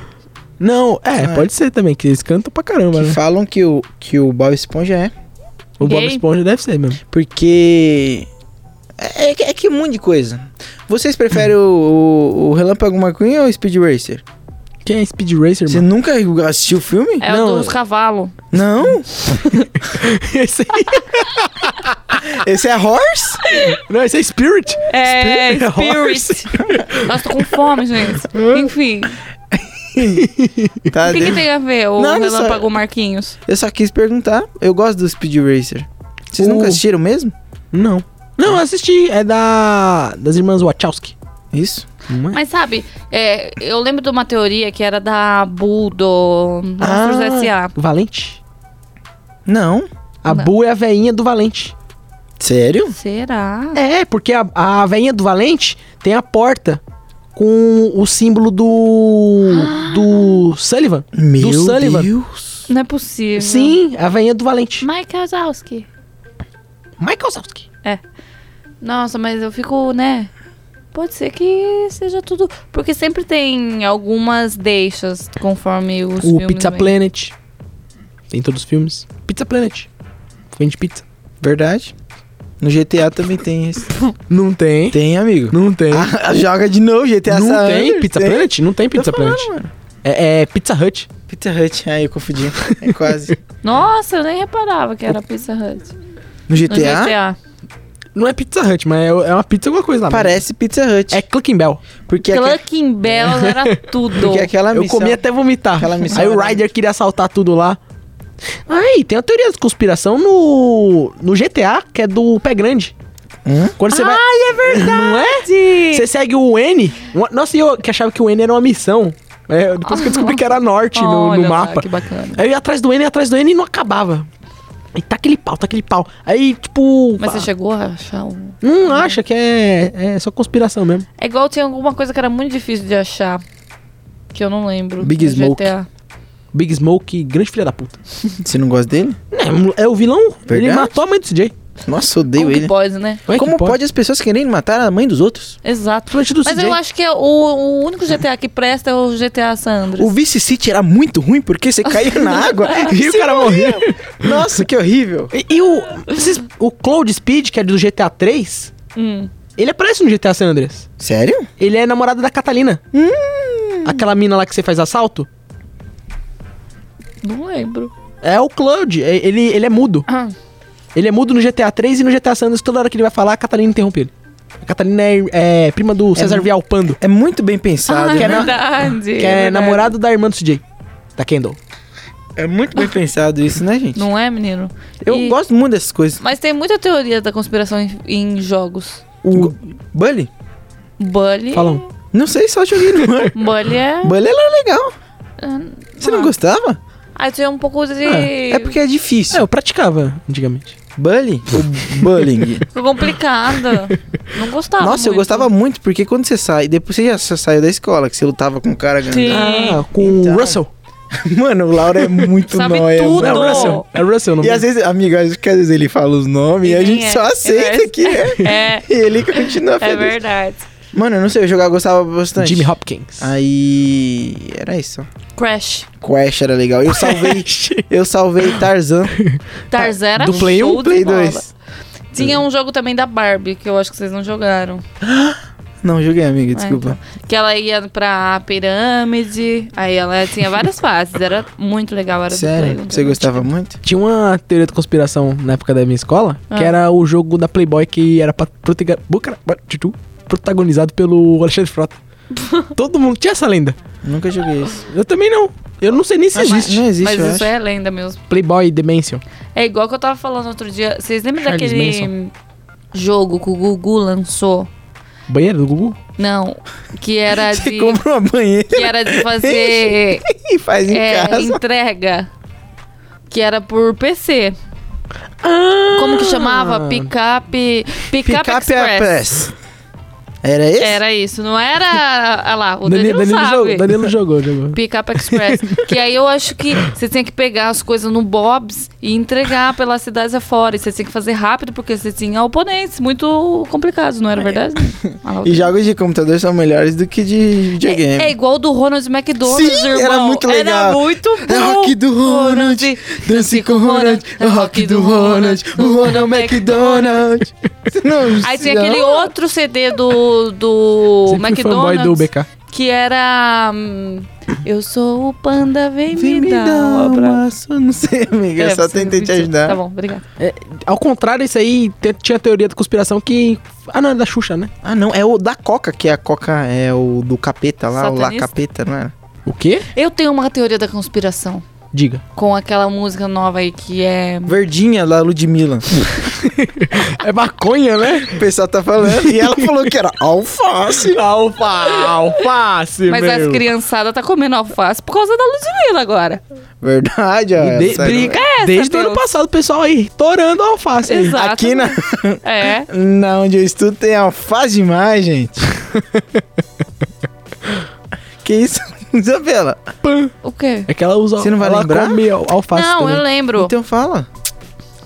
Speaker 1: Não, é,
Speaker 3: Ah,
Speaker 1: pode ser também, que eles cantam pra caramba,
Speaker 3: Que
Speaker 1: né?
Speaker 3: falam que o, que o Bob Esponja é.
Speaker 1: O Bob
Speaker 2: Gay?
Speaker 1: Esponja deve ser mesmo.
Speaker 3: Porque. É, é que- é que um monte de coisa. Vocês preferem o, o, o Relâmpago McQueen ou o Speed Racer?
Speaker 1: Quem é Speed Racer,
Speaker 3: Você
Speaker 1: mano?
Speaker 3: nunca assistiu o filme?
Speaker 2: É
Speaker 1: Não,
Speaker 2: o dos
Speaker 1: é-
Speaker 2: cavalos.
Speaker 3: Não?
Speaker 1: Esse aí,
Speaker 3: Esse é Horse?
Speaker 1: não, esse é Spirit.
Speaker 2: É,
Speaker 1: Spirit.
Speaker 2: Spirit. Nossa, tô com fome, gente. Enfim,
Speaker 3: Tá,
Speaker 2: o que, que tem a ver o
Speaker 3: Não, não
Speaker 2: Relâmpago Marquinhos?
Speaker 3: Tá, Eu só quis perguntar. Eu gosto do Speed Racer. Vocês
Speaker 1: O-
Speaker 3: nunca assistiram mesmo?
Speaker 1: Não. Não, eu assisti. É da. Das irmãs Wachowski.
Speaker 3: Isso?
Speaker 1: Não é?
Speaker 2: Mas sabe, é, eu lembro de uma teoria que era da Bu do Monstros
Speaker 1: Ah.
Speaker 2: S.A.
Speaker 1: Valente.
Speaker 3: Não.
Speaker 1: A
Speaker 2: Não.
Speaker 1: Bu é a veinha do Valente.
Speaker 3: Sério?
Speaker 2: Será?
Speaker 1: É, porque a, a veinha do Valente tem a porta com o símbolo do. do Sullivan.
Speaker 3: Meu
Speaker 1: Sullivan.
Speaker 3: Deus.
Speaker 2: Não é possível.
Speaker 1: Sim, a veinha do Valente.
Speaker 2: Michael Zalski.
Speaker 1: Michael Zalski.
Speaker 2: Nossa, mas eu fico, né? Pode ser que seja tudo. Porque sempre tem algumas deixas conforme os
Speaker 1: O
Speaker 2: filmes.
Speaker 1: Pizza
Speaker 2: vêm.
Speaker 1: Planet. Tem todos os filmes. Pizza Planet. Vende pizza.
Speaker 3: Verdade. No GTA também tem esse.
Speaker 1: Não tem.
Speaker 3: Tem, amigo.
Speaker 1: Não tem.
Speaker 3: Ah, joga de novo, GTA
Speaker 1: não
Speaker 3: San
Speaker 1: tem
Speaker 3: Andreas,
Speaker 1: Pizza
Speaker 3: tem.
Speaker 1: Planet? Não tem
Speaker 3: Tô
Speaker 1: Pizza
Speaker 3: falando,
Speaker 1: Planet.
Speaker 3: mano.
Speaker 1: É, é Pizza Hut.
Speaker 3: Pizza Hut. Aí eu confundi. É quase.
Speaker 2: Nossa, eu nem reparava que era Pizza Hut. No
Speaker 3: No GTA,
Speaker 2: GTA.
Speaker 1: Não é Pizza Hut, mas é, é uma pizza alguma coisa lá.
Speaker 3: parece Pizza Hut.
Speaker 1: É Clucking Bell.
Speaker 3: porque,
Speaker 1: é?
Speaker 3: aque-
Speaker 2: Clucking Bells era tudo.
Speaker 3: porque aquela
Speaker 1: Eu
Speaker 3: missão...
Speaker 1: comi até vomitar.
Speaker 3: Aquela missão
Speaker 1: Aí o
Speaker 3: era-
Speaker 1: Ryder queria assaltar tudo lá. Aí, tem a teoria de conspiração no, no GTA, que é do Pé Grande.
Speaker 3: Hã?
Speaker 1: Quando você vai. Ai, é verdade! Não é? Você segue o N. uma- Nossa, e eu que achava que o N era uma missão. É, depois que eu descobri que era norte no,
Speaker 2: Olha
Speaker 1: no
Speaker 2: lá,
Speaker 1: mapa.
Speaker 2: que bacana.
Speaker 1: Aí eu ia atrás do N, ia atrás do N e não acabava. E tá aquele pau, tá aquele pau. Aí, tipo.
Speaker 2: Mas
Speaker 1: pá,
Speaker 2: você chegou a achar um...
Speaker 1: Não acha que é, é só conspiração mesmo.
Speaker 2: É igual tinha alguma coisa que era muito difícil de achar. Que é eu não lembro.
Speaker 3: Big
Speaker 2: no
Speaker 3: Smoke.
Speaker 2: GTA.
Speaker 1: Big Smoke, grande filha da puta.
Speaker 3: Você não gosta dele?
Speaker 1: É, é o vilão. Ele
Speaker 3: Verdade.
Speaker 1: matou a mãe do CJ.
Speaker 3: Nossa, odeio
Speaker 2: Como que
Speaker 3: ele.
Speaker 2: pode, né?
Speaker 1: Ué, é que
Speaker 3: Como pode? as pessoas quererem matar a mãe dos outros?
Speaker 2: Exato.
Speaker 1: Principalmente do
Speaker 2: Mas
Speaker 1: CJ.
Speaker 2: eu acho que é o, o único GTA que presta é o GTA Sandra.
Speaker 3: O Vice City era muito ruim porque você caía na água e o
Speaker 1: Sim,
Speaker 3: cara morria. Nossa, que horrível.
Speaker 1: E, e o, vocês- o Cloud Speed, que é do GTA 3,
Speaker 2: Hum.
Speaker 1: ele aparece no GTA San Andreas.
Speaker 3: Sério?
Speaker 1: Ele é namorado da Catalina. Aquela mina lá que você faz assalto.
Speaker 2: Não lembro.
Speaker 1: É o Cloud. é- Ele, ele é mudo.
Speaker 2: Ah,
Speaker 1: Ele é mudo no GTA 3 e no GTA San Andreas, toda hora que ele vai falar, a Catalina interrompe ele. A Catalina é, é prima do César
Speaker 3: mu-
Speaker 1: Vialpando,
Speaker 3: É muito bem pensado,
Speaker 2: ah,
Speaker 3: né?
Speaker 2: é verdade.
Speaker 1: que é,
Speaker 2: verdade.
Speaker 1: namorado da irmã do CJ. Da Kendall.
Speaker 3: É muito bem pensado isso, né, gente?
Speaker 2: Não é, menino?
Speaker 3: Eu
Speaker 2: E-
Speaker 3: gosto muito dessas coisas.
Speaker 2: Mas tem muita teoria da conspiração em, em jogos.
Speaker 3: O Bully?
Speaker 2: Bully.
Speaker 1: Fala um.
Speaker 3: Não sei, só joguei no ar.
Speaker 2: Bully é.
Speaker 3: Bully era legal. Você não
Speaker 2: ah.
Speaker 3: gostava?
Speaker 2: Ah, eu tinha um pouco de.
Speaker 3: É porque é difícil.
Speaker 1: É, eu praticava antigamente.
Speaker 3: Bullying? Ou bullying?
Speaker 2: Ficou complicada. Não gostava.
Speaker 3: Nossa,
Speaker 2: Ah,
Speaker 3: eu
Speaker 2: muito.
Speaker 3: gostava muito, porque quando você sai, depois você já sa- saiu da escola, que você lutava com o cara grande.
Speaker 2: Sim.
Speaker 1: Ah, com
Speaker 3: Então.
Speaker 1: o Russell.
Speaker 3: Mano, o Laura é muito
Speaker 2: Sabe
Speaker 3: nóia.
Speaker 2: tudo.
Speaker 3: mano.
Speaker 1: Não, é o Russell. É o Russell, não
Speaker 3: E às vezes, amigo, acho que às vezes ele fala os nomes e a
Speaker 2: Ninguém
Speaker 3: gente
Speaker 2: é.
Speaker 3: só aceita
Speaker 2: É.
Speaker 3: que é.
Speaker 2: É,
Speaker 3: E ele continua
Speaker 2: é
Speaker 3: feliz.
Speaker 2: verdade.
Speaker 3: Mano, eu não sei, eu jogava, eu gostava bastante.
Speaker 1: Jimmy Hopkins.
Speaker 3: Aí. Era isso.
Speaker 2: Crash.
Speaker 3: Crash era legal. Eu salvei. eu salvei Tarzan.
Speaker 2: Tarzan era
Speaker 1: do Play
Speaker 2: show
Speaker 1: um,
Speaker 2: de
Speaker 3: Play
Speaker 2: bola.
Speaker 3: 2.
Speaker 2: Tinha um jogo também da Barbie, que eu acho que vocês não jogaram.
Speaker 3: Não, joguei, amigo,
Speaker 2: Ah,
Speaker 3: desculpa.
Speaker 2: Que ela ia pra pirâmide, aí ela tinha várias fases, era muito legal. Era do Play
Speaker 3: Sério?
Speaker 2: um
Speaker 3: Você
Speaker 2: também.
Speaker 3: gostava muito?
Speaker 1: Tinha uma teoria da conspiração na época da minha escola,
Speaker 2: Ah.
Speaker 1: que era o jogo da Playboy que era pra- protega- buca- batitu- protagonizado pelo Alexandre Frota. Todo mundo tinha essa lenda.
Speaker 3: Nunca joguei isso.
Speaker 1: Eu também não. Eu não sei nem se existe.
Speaker 3: Não existe,
Speaker 2: Ah, Mas
Speaker 3: eu
Speaker 2: isso
Speaker 3: acho.
Speaker 2: é lenda mesmo.
Speaker 1: Playboy Dimension.
Speaker 2: É igual que eu tava falando outro dia. Vocês lembram
Speaker 1: Charles
Speaker 2: daquele jogo que o Gugu lançou?
Speaker 1: Banheiro do Gugu?
Speaker 2: Não, que era
Speaker 3: Você
Speaker 2: de.
Speaker 3: compra uma banheira
Speaker 2: Que era de fazer
Speaker 3: e faz em
Speaker 2: é,
Speaker 3: casa.
Speaker 2: entrega. Que era por PC. Como que chamava? Picape. Picape
Speaker 3: Picape é a
Speaker 2: Express.
Speaker 3: press. Era esse?
Speaker 2: Era isso, não era. Ah lá, o Danilo, sabe.
Speaker 1: jogou, Danilo jogou, jogou.
Speaker 2: Pickup Express. que aí eu acho que você tinha que pegar as coisas no Bob's e entregar pelas cidades afora. E você tinha que fazer rápido, porque você tinha oponentes muito complicados, não era verdade? Ah lá, o-
Speaker 3: É. E jogos de computador são melhores do que de videogame.
Speaker 2: é, é igual o do Ronald McDonald,
Speaker 3: Sim,
Speaker 2: irmão.
Speaker 3: era muito legal.
Speaker 2: Era muito bom.
Speaker 3: É o rock do Ronald, dance com o Ronald, é o rock do Ronald, o Ronald McDonald. Não,
Speaker 2: Aí
Speaker 3: se
Speaker 2: tinha
Speaker 3: não-
Speaker 2: aquele outro CD do, do
Speaker 1: Sempre fui fanboy
Speaker 2: McDonald's.
Speaker 1: do BK.
Speaker 2: Que era. hum, eu sou o panda, vem,
Speaker 3: Vem
Speaker 2: me dar um abraço.
Speaker 3: abraço. Não sei, amiga, eu
Speaker 2: É,
Speaker 3: só
Speaker 2: você-
Speaker 3: tentei te
Speaker 2: mentira.
Speaker 3: ajudar.
Speaker 2: Tá bom, obrigada.
Speaker 1: Ao contrário, isso aí te- tinha a teoria da conspiração que. Ah, não, é da Xuxa, né?
Speaker 3: Ah, não, é o da Coca, que a Coca é o do capeta lá, o lá
Speaker 2: Satanista?
Speaker 3: capeta, né? não era?
Speaker 1: O quê?
Speaker 2: Eu tenho uma teoria da conspiração
Speaker 1: Diga.
Speaker 2: com aquela música nova aí que é.
Speaker 3: Verdinha lá, Ludmilla.
Speaker 1: É maconha, né?
Speaker 3: o pessoal tá falando. E ela falou que era alface.
Speaker 1: alfa, alface,
Speaker 2: Mas as criançadas tá comendo alface por causa da Ludmilla agora.
Speaker 3: Verdade, ó.
Speaker 1: De,
Speaker 3: essa-
Speaker 1: briga,
Speaker 2: É essa,
Speaker 1: desde o ano
Speaker 2: Deus?
Speaker 1: passado, o pessoal aí torando a alface. aí.
Speaker 2: Exato.
Speaker 3: Aqui na,
Speaker 2: É.
Speaker 3: na onde eu estudo tem alface demais, gente. que isso, Isabela?
Speaker 2: O quê?
Speaker 1: É que ela usa
Speaker 3: Você não vai
Speaker 1: ela
Speaker 3: lembrar?
Speaker 1: come al- alface
Speaker 2: não,
Speaker 1: também.
Speaker 2: eu lembro.
Speaker 3: Então fala.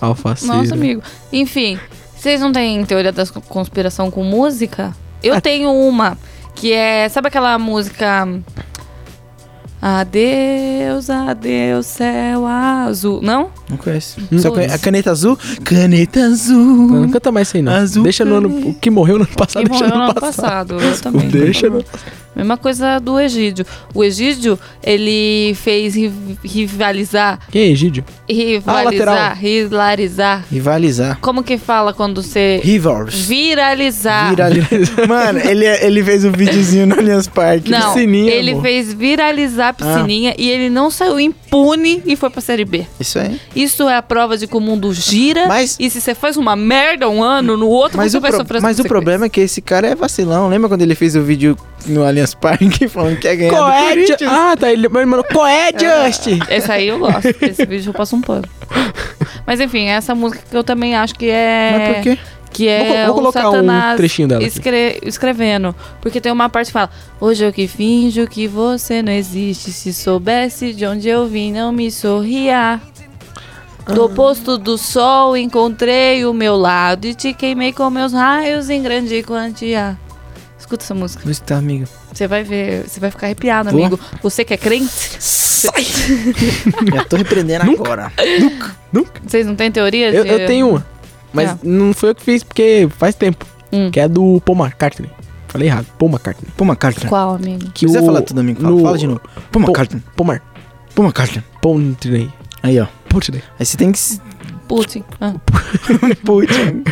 Speaker 1: Alface.
Speaker 2: Nossa, amigo. Enfim, vocês não têm teoria da conspiração com música? Eu tenho uma. Que é. Sabe aquela música. Adeus, adeus, céu azul. Não?
Speaker 3: Não conheço.
Speaker 1: Não
Speaker 3: Só conhe- a caneta azul? Caneta
Speaker 1: Não, não
Speaker 3: azul.
Speaker 1: canta mais isso aí, não.
Speaker 3: Azul
Speaker 1: deixa no ano... O que morreu no ano passado,
Speaker 2: Que
Speaker 1: deixa
Speaker 2: morreu
Speaker 1: no
Speaker 2: no ano
Speaker 1: passado.
Speaker 2: passado. Eu também.
Speaker 1: Deixa no...
Speaker 2: Mesma coisa do Egídio. O Egídio, ele fez ri- rivalizar,
Speaker 1: Quem é Egídio?
Speaker 2: rivalizar,
Speaker 3: Ah,
Speaker 1: lateral.
Speaker 2: rilarizar.
Speaker 3: Rivalizar.
Speaker 2: Como que fala quando você
Speaker 3: Rivals.
Speaker 2: viralizar?
Speaker 3: Viralizar. Mano, ele, ele fez um videozinho no Allianz Parque.
Speaker 2: Não,
Speaker 1: piscininha,
Speaker 2: ele
Speaker 1: amor.
Speaker 2: fez
Speaker 3: Ah.
Speaker 2: viralizar a piscininha e ele não saiu impune e foi pra Série B.
Speaker 3: Isso aí.
Speaker 2: Isso é a prova de que o mundo gira
Speaker 3: Mas-
Speaker 2: e se você faz uma merda um ano, no outro
Speaker 3: Mas,
Speaker 2: você
Speaker 3: o,
Speaker 2: vai
Speaker 3: pro-
Speaker 2: sofrer as
Speaker 3: mas o problema é que esse cara é vacilão. Lembra quando ele fez o vídeo no Allianz Parque falando que ia ganhar É, do
Speaker 1: Coé, Ju-
Speaker 3: Corinthians? É.
Speaker 1: Ah, tá. Ele, meu irmão, Coé, Justin.
Speaker 2: Esse aí eu gosto. Esse vídeo eu passo um pano. Mas enfim, essa música que eu também acho que é.
Speaker 3: Mas por quê?
Speaker 2: Que é
Speaker 1: Vou co- vou
Speaker 2: o
Speaker 1: colocar um
Speaker 2: Satanás
Speaker 1: trechinho dela aqui.
Speaker 2: escre- escrevendo. Porque tem uma parte que fala: Hoje eu que finjo que você não existe. Se soubesse de onde eu vim, não me sorria.
Speaker 1: Ah.
Speaker 2: Do oposto do sol encontrei o meu lado e te queimei com meus raios em grande quantia. Escuta essa música.
Speaker 3: Não está, amigo.
Speaker 2: Você vai ver, você vai ficar arrepiado,
Speaker 3: Vou.
Speaker 2: amigo. Você que é crente,
Speaker 3: Sai! Já tô repreendendo agora.
Speaker 2: vocês não têm teoria?
Speaker 1: Eu,
Speaker 2: de-
Speaker 1: eu tenho uma. Mas
Speaker 2: Ah.
Speaker 1: não foi eu que fiz, porque faz tempo.
Speaker 2: Hum.
Speaker 1: Que é do Paul McCartney. Falei errado. Paul McCartney.
Speaker 3: Pô, McCartney.
Speaker 2: Qual, amigo?
Speaker 1: Que
Speaker 3: Se quiser
Speaker 1: o-
Speaker 3: falar tudo, amigo, fala,
Speaker 1: no-
Speaker 3: fala de novo. Pô, McCartney.
Speaker 1: Paul Mar...
Speaker 3: Pô, McCartney.
Speaker 1: Paul McCartney.
Speaker 3: Aí, ó.
Speaker 1: Paul McCartney.
Speaker 3: Aí você tem que... se-
Speaker 2: Putin. Ah.
Speaker 3: Putin.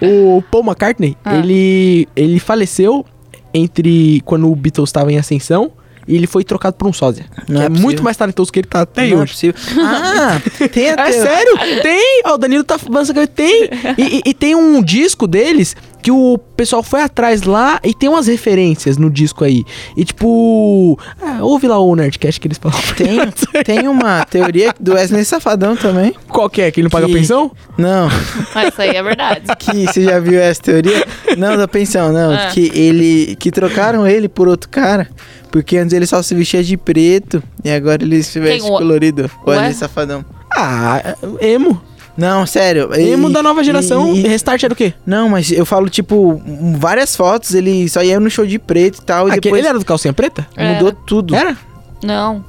Speaker 1: O Paul McCartney,
Speaker 2: Ah.
Speaker 1: ele, ele faleceu entre quando o Beatles estava em ascensão e ele foi trocado por um sósia. que
Speaker 3: Não
Speaker 1: é,
Speaker 3: é possível.
Speaker 1: muito mais talentoso que ele tá até
Speaker 3: Não é
Speaker 1: hoje.
Speaker 3: possível. Ah, tem
Speaker 1: É
Speaker 3: até...
Speaker 1: sério? Tem! Ó, o Danilo tá falando que tem! E, e- e tem um disco deles que o pessoal foi atrás lá e tem umas referências no disco aí. E tipo. Ah, ouve lá o Nerdcast que eles falam.
Speaker 3: Tem, tem uma teoria do Wesley Safadão também.
Speaker 1: Qual que é? Que ele não paga
Speaker 3: Que-
Speaker 1: pensão?
Speaker 3: Não,
Speaker 2: Mas isso aí é verdade.
Speaker 3: que você já viu essa teoria? Não, da pensão, não.
Speaker 2: Ah.
Speaker 3: Que ele. Que trocaram ele por outro cara. Porque antes ele só se vestia de preto. E agora ele se veste
Speaker 2: o-
Speaker 3: colorido. O
Speaker 2: Ué?
Speaker 3: Wesley Safadão.
Speaker 1: Ah, emo.
Speaker 3: Não, sério.
Speaker 1: Emo
Speaker 3: e-
Speaker 1: da nova geração.
Speaker 3: e-
Speaker 1: Restart era o quê?
Speaker 3: não, mas eu falo, tipo, m- várias fotos, ele só ia no show de preto e tal. E
Speaker 1: Aquele-
Speaker 3: depois
Speaker 1: Ele era do calcinha preta?
Speaker 3: mudou tudo.
Speaker 1: Era?
Speaker 2: Não.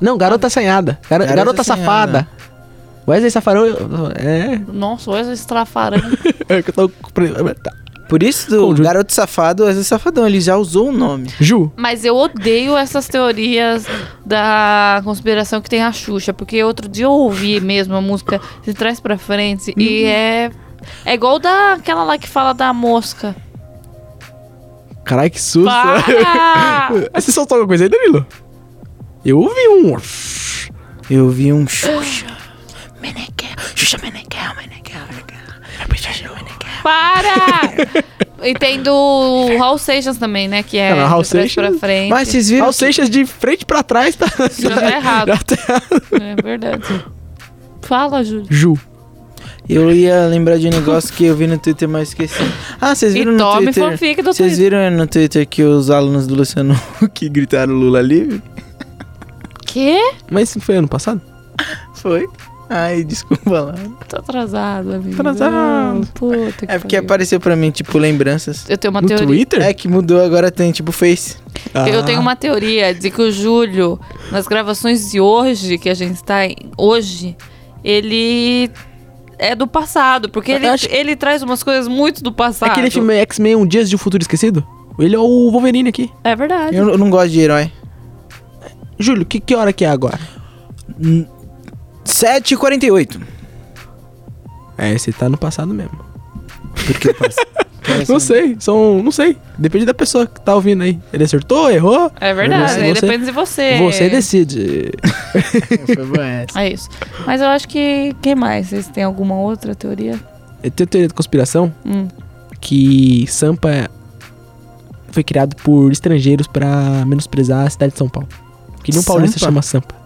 Speaker 1: Não, garota assanhada. Gar-
Speaker 3: Garota
Speaker 1: garota
Speaker 3: assanhada.
Speaker 1: safada. Wesley Safarão. É.
Speaker 2: Nossa, hoje estrafaram.
Speaker 1: É que eu tô. Tá.
Speaker 3: Por isso, do
Speaker 1: Conjunto.
Speaker 3: Garoto Safado, Wesley Safadão, ele já usou o nome.
Speaker 1: Ju,
Speaker 2: Mas eu odeio essas teorias da conspiração que tem a Xuxa, porque outro dia eu ouvi mesmo a música de trás pra frente e
Speaker 3: Uhum.
Speaker 2: é. É igual daquela lá que fala da mosca.
Speaker 1: caralho, que susto.
Speaker 2: Para!
Speaker 1: Mas Você soltou alguma coisa aí, Danilo? Eu ouvi um.
Speaker 3: Eu vi um Xuxa.
Speaker 2: Para! E tem do Hal Seixas também, né? Que é
Speaker 1: Cara, Hal
Speaker 2: de trás pra
Speaker 1: Seixas-
Speaker 2: frente.
Speaker 3: Ah, Mas vocês viram
Speaker 1: Raul Seixas de frente pra trás tá.
Speaker 2: Já tá errado.
Speaker 1: Já tá errado.
Speaker 2: É verdade. Fala, Júlio.
Speaker 1: Ju.
Speaker 3: Eu ia lembrar de um negócio que eu vi no Twitter, mas esqueci. Ah, vocês
Speaker 2: E
Speaker 3: viram no
Speaker 2: tome
Speaker 3: Twitter?
Speaker 2: fanfic do
Speaker 3: Vocês
Speaker 2: Twitter.
Speaker 3: viram no Twitter que os alunos do Luciano que gritaram Lula livre?
Speaker 2: Quê?
Speaker 1: Mas isso foi ano passado?
Speaker 3: Foi. Ai, desculpa lá.
Speaker 2: Tô atrasado, amigo.
Speaker 1: Atrasado.
Speaker 2: Ah, Puta que
Speaker 3: É porque
Speaker 2: pariu.
Speaker 3: apareceu pra mim, tipo, lembranças.
Speaker 2: Eu tenho uma
Speaker 1: no
Speaker 2: teoria.
Speaker 1: Twitter? Ah.
Speaker 3: É que mudou, agora tem, tipo, Face.
Speaker 2: Eu tenho uma teoria de que o Júlio, nas gravações de hoje, que a gente tá em, hoje, ele é do passado, porque ele,
Speaker 1: Eu acho-
Speaker 2: ele traz umas coisas muito do passado.
Speaker 1: É Aquele filme X-Men Um Dias de um Futuro Esquecido? Ele é o Wolverine aqui.
Speaker 2: É verdade.
Speaker 3: Eu n- não gosto de herói.
Speaker 1: Júlio, que, que hora que é agora?
Speaker 3: 7h48.
Speaker 1: É, você tá no passado mesmo.
Speaker 3: Porque eu passo. é
Speaker 1: Não
Speaker 3: assim?
Speaker 1: sei, são. Não sei. Depende da pessoa que tá ouvindo aí. Ele acertou, errou?
Speaker 2: É verdade,
Speaker 1: Você-
Speaker 2: aí
Speaker 1: você-
Speaker 2: depende de você.
Speaker 1: Você decide.
Speaker 3: Foi boa essa.
Speaker 2: É isso. Mas eu acho que. Quem mais? Vocês têm alguma outra teoria?
Speaker 1: Eu tenho teoria de conspiração
Speaker 2: Hum.
Speaker 1: que Sampa é, foi criado por estrangeiros pra menosprezar a cidade de São Paulo. Que nenhum paulista
Speaker 3: Sampa?
Speaker 1: chama Sampa.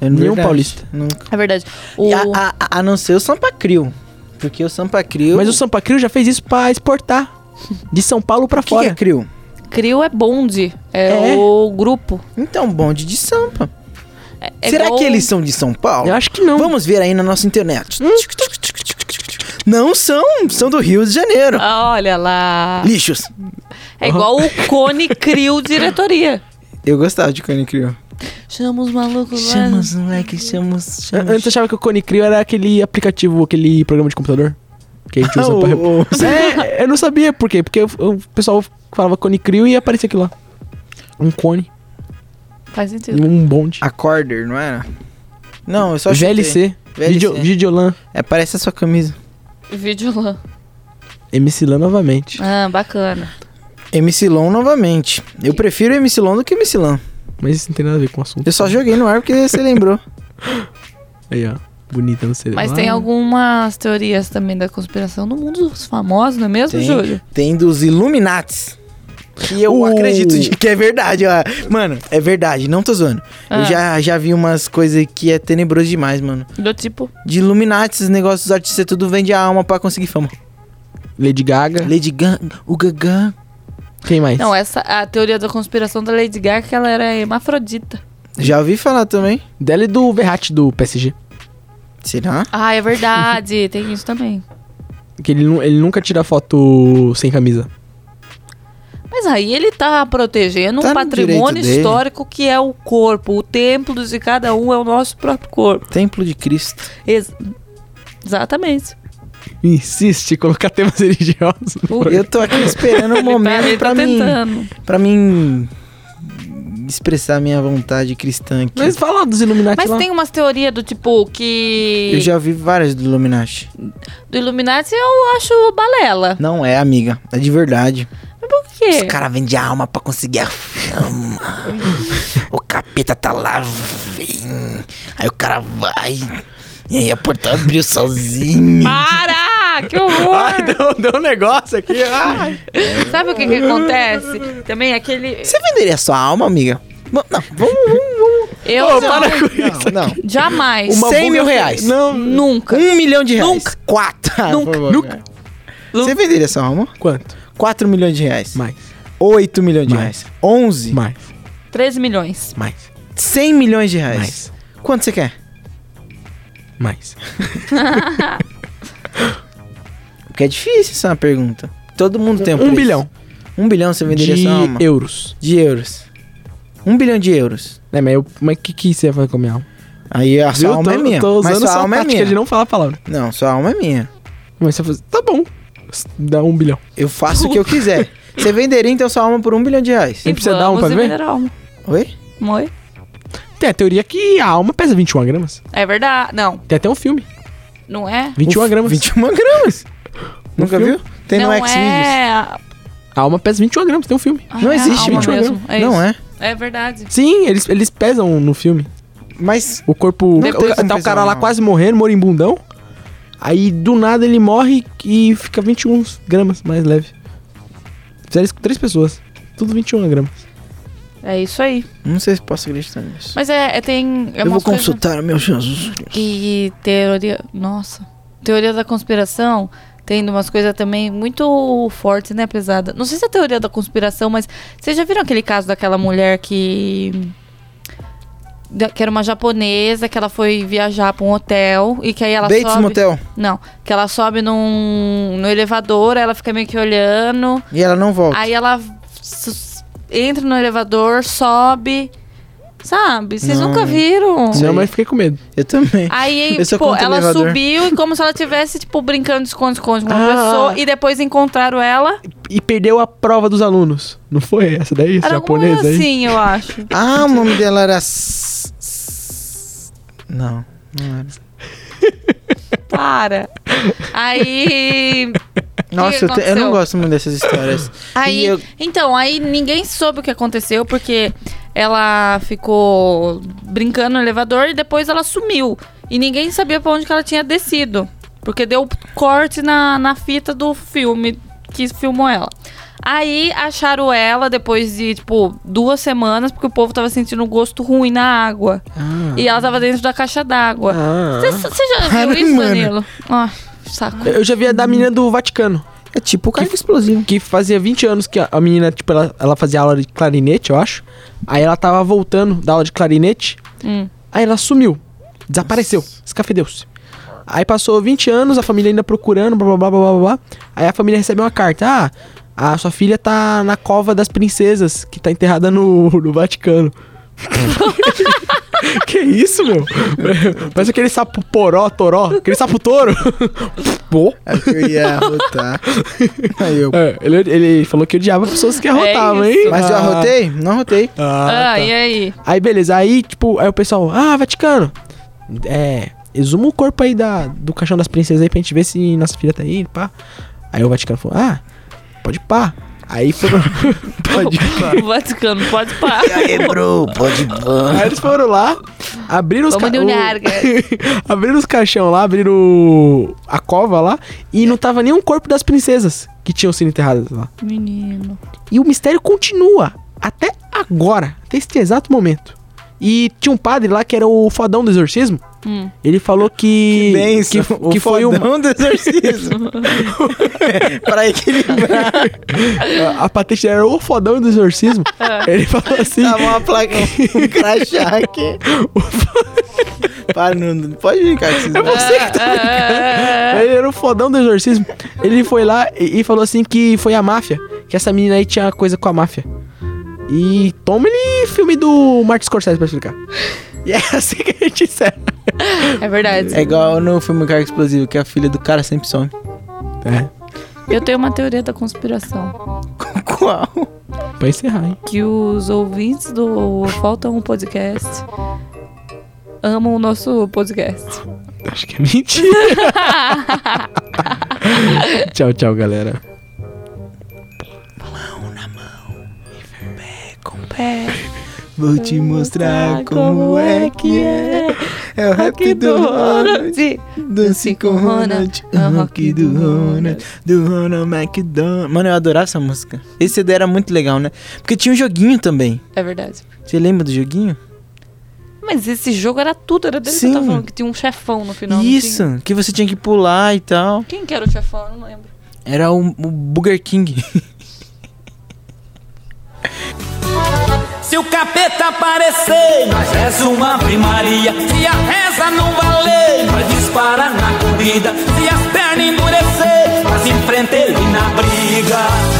Speaker 3: É
Speaker 1: Nenhum
Speaker 3: verdade.
Speaker 1: paulista.
Speaker 3: Nunca.
Speaker 2: É verdade. O...
Speaker 3: A, a- a- a não ser o Sampa Crio. Porque o Sampa Crio...
Speaker 1: Mas o Sampa Crio já fez isso pra exportar. De São Paulo pra
Speaker 3: O que, que
Speaker 1: fora.
Speaker 3: é Crio?
Speaker 2: Crio é bonde. É,
Speaker 1: É?
Speaker 2: o grupo.
Speaker 3: Então, bonde de Sampa.
Speaker 2: É- é
Speaker 3: Será
Speaker 2: igual-
Speaker 3: que eles são de São Paulo?
Speaker 1: Eu acho que não.
Speaker 3: Vamos ver aí na nossa internet. Não são, são do Rio de Janeiro.
Speaker 2: Ah, Olha lá.
Speaker 3: Lixos.
Speaker 2: É igual o Cone Crio diretoria.
Speaker 3: Eu gostava de Cone Crio.
Speaker 2: Chama os malucos lá.
Speaker 3: Chama os moleques, chama os...
Speaker 1: An- Antes eu achava que o Cone Crio era aquele aplicativo, aquele programa de computador. Que a gente usa pra... É, eu não sabia por quê. Porque o- o pessoal falava Cone Crio e aparecia aquilo lá. Um cone,
Speaker 2: Faz sentido.
Speaker 1: um bonde.
Speaker 3: Acorder, não era? Não, eu só chutei.
Speaker 1: VLC,
Speaker 3: VLC.
Speaker 1: Video- Videolan,
Speaker 3: É, parece a sua camisa.
Speaker 2: Vídeo lá.
Speaker 1: MC Lan novamente.
Speaker 2: Ah, bacana.
Speaker 3: MC Lon novamente. Eu prefiro MC Lon do que MC Lon.
Speaker 1: Mas isso não tem nada a ver com o assunto.
Speaker 3: Eu só joguei no ar porque você lembrou.
Speaker 1: Aí, ó. Bonita no celular.
Speaker 2: Mas tem
Speaker 3: Ah.
Speaker 2: algumas teorias também da conspiração no mundo dos famosos, não é mesmo,
Speaker 3: Tem.
Speaker 2: Júlio?
Speaker 3: Tem dos Illuminates. Que eu
Speaker 1: Uh.
Speaker 3: acredito de- que é verdade. ó. Mano, é verdade, não tô zoando.
Speaker 2: Ah.
Speaker 3: Eu já, já vi umas coisas que é tenebroso demais, mano.
Speaker 2: Do tipo.
Speaker 3: De Illuminati, esses negócios dos artistas, tudo vende a alma pra conseguir fama.
Speaker 1: Lady Gaga.
Speaker 3: Lady Gaga, o Gaga.
Speaker 1: Quem mais?
Speaker 2: Não, é- essa a teoria da conspiração da Lady Gaga é que ela era hermafrodita.
Speaker 3: Já ouvi falar também.
Speaker 1: Dela e do Verratti do PSG.
Speaker 3: Será?
Speaker 2: Ah, é verdade. tem isso também.
Speaker 1: Que ele, nu- ele nunca tira foto sem camisa.
Speaker 2: Mas aí ele tá protegendo
Speaker 3: Tá
Speaker 2: um
Speaker 3: no
Speaker 2: patrimônio
Speaker 3: direito dele.
Speaker 2: histórico que é o corpo. O templo de cada um é o nosso próprio corpo.
Speaker 3: Templo de Cristo.
Speaker 2: Ex- Exatamente. Tá
Speaker 1: Insiste em colocar temas religiosos.
Speaker 3: Eu tô aqui esperando um momento
Speaker 2: ele tá,
Speaker 3: pra, mim,
Speaker 2: tentando.
Speaker 3: pra mim expressar minha vontade cristã aqui.
Speaker 1: Mas fala dos Illuminati
Speaker 2: Mas
Speaker 1: lá.
Speaker 2: tem umas teorias do tipo que.
Speaker 3: Eu já vi várias do Illuminati.
Speaker 2: Do Illuminati eu acho balela.
Speaker 3: Não é, amiga. É de verdade.
Speaker 2: Mas por
Speaker 3: Os
Speaker 2: quê?
Speaker 3: caras vendem a alma pra conseguir a fama. o capeta tá lá. Vem. Aí o cara vai. E aí a porta abriu sozinha.
Speaker 2: Ah. Para! Que horror!
Speaker 1: Ai, deu, deu um negócio aqui. Ai.
Speaker 2: Sabe o que, que acontece? Também é aquele.
Speaker 3: Você venderia sua alma, amiga? Va- Não, vamos, vamos, vamos.
Speaker 2: Eu não-
Speaker 1: Ô, para com isso.
Speaker 3: Não,
Speaker 2: jamais.
Speaker 3: Uma- é 100 mil
Speaker 1: buga-
Speaker 3: reais.
Speaker 1: Não.
Speaker 2: Nunca.
Speaker 3: Um milhão de reais. Ah,
Speaker 2: Nunca.
Speaker 3: Quatro.
Speaker 2: Nunca.
Speaker 3: Nunca. Você venderia sua alma?
Speaker 1: Quanto?
Speaker 3: 4 milhões de reais.
Speaker 1: Mais,
Speaker 3: 8 milhões de
Speaker 1: Mais.
Speaker 3: reais. 11.
Speaker 1: mais,
Speaker 2: 13 milhões.
Speaker 1: mais,
Speaker 3: 100 milhões de reais.
Speaker 1: Mais.
Speaker 3: Quanto você quer?
Speaker 1: mais.
Speaker 3: Porque é difícil essa é uma pergunta. Todo mundo tem
Speaker 1: Um
Speaker 3: preço.
Speaker 1: bilhão
Speaker 3: 1 bilhão você venderia
Speaker 1: de
Speaker 3: sua alma?
Speaker 1: é euros.
Speaker 3: De euros. 1 bilhão de euros.
Speaker 1: Né, mas eu- mas o que, que você ia fazer com a minha alma?
Speaker 3: Aí a sua
Speaker 1: Eu
Speaker 3: alma
Speaker 1: tô,
Speaker 3: é minha.
Speaker 1: tô
Speaker 3: Mas
Speaker 1: usando
Speaker 3: sua
Speaker 1: essa
Speaker 3: alma é
Speaker 1: tática
Speaker 3: minha.
Speaker 1: de não falar a palavra.
Speaker 3: Não, sua alma é minha.
Speaker 1: Mas você ia fazer, tá bom. Dá um bilhão.
Speaker 3: Eu faço o que eu quiser. Você venderia então sua alma por 1 bilhão de reais.
Speaker 1: E precisa dar um
Speaker 2: vamos
Speaker 1: pra ver?
Speaker 2: vender a alma.
Speaker 3: Oi?
Speaker 2: Oi?
Speaker 1: Tem a teoria que a alma pesa 21 gramas.
Speaker 2: É verdade. Não,
Speaker 1: Tem até um filme.
Speaker 2: não é.
Speaker 1: 21
Speaker 3: Uf,
Speaker 1: gramas.
Speaker 3: 21 gramas. um Nunca
Speaker 1: filme?
Speaker 3: viu? Tem
Speaker 2: não
Speaker 3: no X videos
Speaker 2: é. a-
Speaker 1: A alma pesa 21 gramas, tem um filme.
Speaker 2: Ah,
Speaker 3: Não
Speaker 2: é a
Speaker 3: existe
Speaker 2: alma
Speaker 3: 21
Speaker 2: mesmo.
Speaker 3: gramas.
Speaker 2: É
Speaker 3: não
Speaker 2: isso.
Speaker 3: é.
Speaker 2: É verdade.
Speaker 1: Sim, eles, eles pesam no filme.
Speaker 3: Mas
Speaker 1: O corpo.
Speaker 3: Não tem
Speaker 1: o-
Speaker 3: como
Speaker 1: tá o
Speaker 3: pesar
Speaker 1: cara
Speaker 3: uma
Speaker 1: lá
Speaker 3: alma.
Speaker 1: quase morrendo, moribundão. Aí do nada ele morre e fica 21 gramas mais leve. Fizeram isso com três pessoas. Tudo 21 gramas.
Speaker 2: É isso aí.
Speaker 3: não sei se posso acreditar nisso.
Speaker 2: Mas é, é tem. É
Speaker 3: eu vou
Speaker 2: umas coisas
Speaker 3: consultar o meu Jesus.
Speaker 2: Que teoria. Nossa. Teoria da conspiração tem umas coisas também muito fortes, né? Pesada. Não sei se é teoria da conspiração, mas vocês já viram aquele caso daquela mulher que. da- Que era uma japonesa, que ela foi viajar pra um hotel e que aí ela
Speaker 3: Bates
Speaker 2: sobe.
Speaker 3: Motel.
Speaker 2: Não, que ela sobe num no elevador, aí ela fica meio que olhando.
Speaker 3: E ela não volta.
Speaker 2: Aí ela s- entra no elevador, sobe. Sabe? Vocês
Speaker 3: Não, é.
Speaker 2: nunca
Speaker 3: não.
Speaker 2: viram?
Speaker 1: Senão,
Speaker 3: aí.
Speaker 1: mas fiquei com medo.
Speaker 3: Eu também.
Speaker 2: Aí,
Speaker 3: Eu sou
Speaker 2: tipo,
Speaker 3: contra
Speaker 2: ela
Speaker 3: elevador.
Speaker 2: subiu e como se ela tivesse, tipo, brincando de esconde-esconde com uma
Speaker 1: Ah.
Speaker 2: pessoa. E depois encontraram ela.
Speaker 1: E perdeu a prova dos alunos. Não foi essa daí? Essa
Speaker 2: Era alguma coisa
Speaker 1: japonesa aí?
Speaker 2: assim, eu acho.
Speaker 3: Ah, o nome dela era. S- S- Não, não era.
Speaker 2: Para. Aí.
Speaker 3: Nossa, eu, te- eu
Speaker 2: aconteceu?
Speaker 3: não gosto muito dessas histórias.
Speaker 2: aí
Speaker 3: E eu-
Speaker 2: Então, aí ninguém soube o que aconteceu, porque ela ficou brincando no elevador e depois ela sumiu. E ninguém sabia pra onde que ela tinha descido. Porque deu corte na, na fita do filme que filmou ela. Aí acharam ela depois de, tipo, duas semanas, porque o povo tava sentindo um gosto ruim na água. E ela tava dentro da caixa d'água.
Speaker 1: Ah.
Speaker 2: Você já viu
Speaker 3: Caramba,
Speaker 2: isso,
Speaker 3: mano.
Speaker 2: Danilo? Ah, saco.
Speaker 1: Eu já vi a da menina do Vaticano.
Speaker 3: É tipo o carro explosivo.
Speaker 1: Que fazia 20 anos que a a menina, tipo, ela, ela fazia aula de clarinete, eu acho. Aí ela tava voltando da aula de clarinete.
Speaker 2: Hum.
Speaker 1: Aí ela sumiu. Desapareceu. Escafedeu-se. Aí passou 20 anos, a família ainda procurando, blá blá blá blá blá. blá. Aí a família recebeu uma carta. Ah, a sua filha tá na cova das princesas, que tá enterrada no, no Vaticano. que isso, meu? Parece aquele sapo poró, toró. Aquele sapo touro. Pô.
Speaker 3: É que eu ia arrotar. Aí eu.
Speaker 1: É, ele, ele falou que odiava pessoas que arrotavam,
Speaker 2: É isso.
Speaker 1: hein?
Speaker 3: Mas eu
Speaker 1: Ah,
Speaker 3: arrotei? Não arrotei.
Speaker 1: ah,
Speaker 2: Ah,
Speaker 1: tá.
Speaker 2: e aí?
Speaker 1: Aí beleza, aí tipo, aí o pessoal, ah, Vaticano, é, exuma o corpo aí da, do caixão das princesas aí pra gente ver se nossa filha tá aí, pá. Aí o Vaticano falou, ah, pode pá. Aí foram,
Speaker 2: O Vaticano, pode parar.
Speaker 3: Quebrou, pode ban.
Speaker 1: aí eles foram lá, abriram os
Speaker 2: Vamos de
Speaker 1: o-
Speaker 2: Unarga.
Speaker 1: abriram os caixão lá, abriram o- a cova lá, e não tava nenhum corpo das princesas que tinham sido enterradas lá.
Speaker 2: Menino.
Speaker 1: E o mistério continua até agora, até este exato momento. E tinha um padre lá que era o fodão do exorcismo.
Speaker 2: Hum.
Speaker 1: Ele falou que.
Speaker 3: Benção,
Speaker 1: que,
Speaker 3: o
Speaker 1: que foi um,
Speaker 3: fodão do exorcismo. pra equilibrar,
Speaker 1: a, a patente era o fodão do exorcismo. Ele falou assim.
Speaker 3: tava uma placa, um crachá aqui. Para, não, não pode brincar com esses negócios.
Speaker 2: tá Ah,
Speaker 1: Ele era o fodão do exorcismo. Ele foi lá e, e falou assim que foi a máfia. Que essa menina aí tinha coisa com a máfia. E toma ele filme do Martin Scorsese pra explicar. E é assim que a gente encerra.
Speaker 2: É verdade.
Speaker 3: É igual no filme Carro Explosivo, que a filha do cara sempre some.
Speaker 1: É,
Speaker 2: Eu tenho uma teoria da conspiração.
Speaker 3: Qual?
Speaker 1: pra encerrar, hein?
Speaker 2: Que os ouvintes do Falta um Podcast amam o nosso podcast.
Speaker 1: Acho que é mentira. tchau, tchau, galera.
Speaker 2: É,
Speaker 3: Vou te mostrar como é que é. É o rap
Speaker 2: Rock
Speaker 3: do
Speaker 2: do
Speaker 3: Ronald.
Speaker 2: Ronald. Ah,
Speaker 3: Dance com o Ronald. É o rock do Ronald. Do Ronald McDonald. Mano, eu adorava essa música. Esse CD era muito legal, né? Porque tinha um joguinho também.
Speaker 2: É verdade.
Speaker 3: Você lembra do joguinho?
Speaker 2: Mas esse jogo era tudo, era dele que
Speaker 3: Sim.
Speaker 2: eu tava falando, que tinha um chefão no final. não
Speaker 3: Isso,
Speaker 2: tinha?
Speaker 3: que você tinha que pular e tal.
Speaker 2: Quem que era o chefão? Eu não lembro.
Speaker 3: Era o, o Burger King.
Speaker 6: Se o capeta aparecer, nós reza uma primaria. Se a reza não valer, nós dispara na corrida. Se as pernas endurecer, nós enfrenta ele na briga. é é é é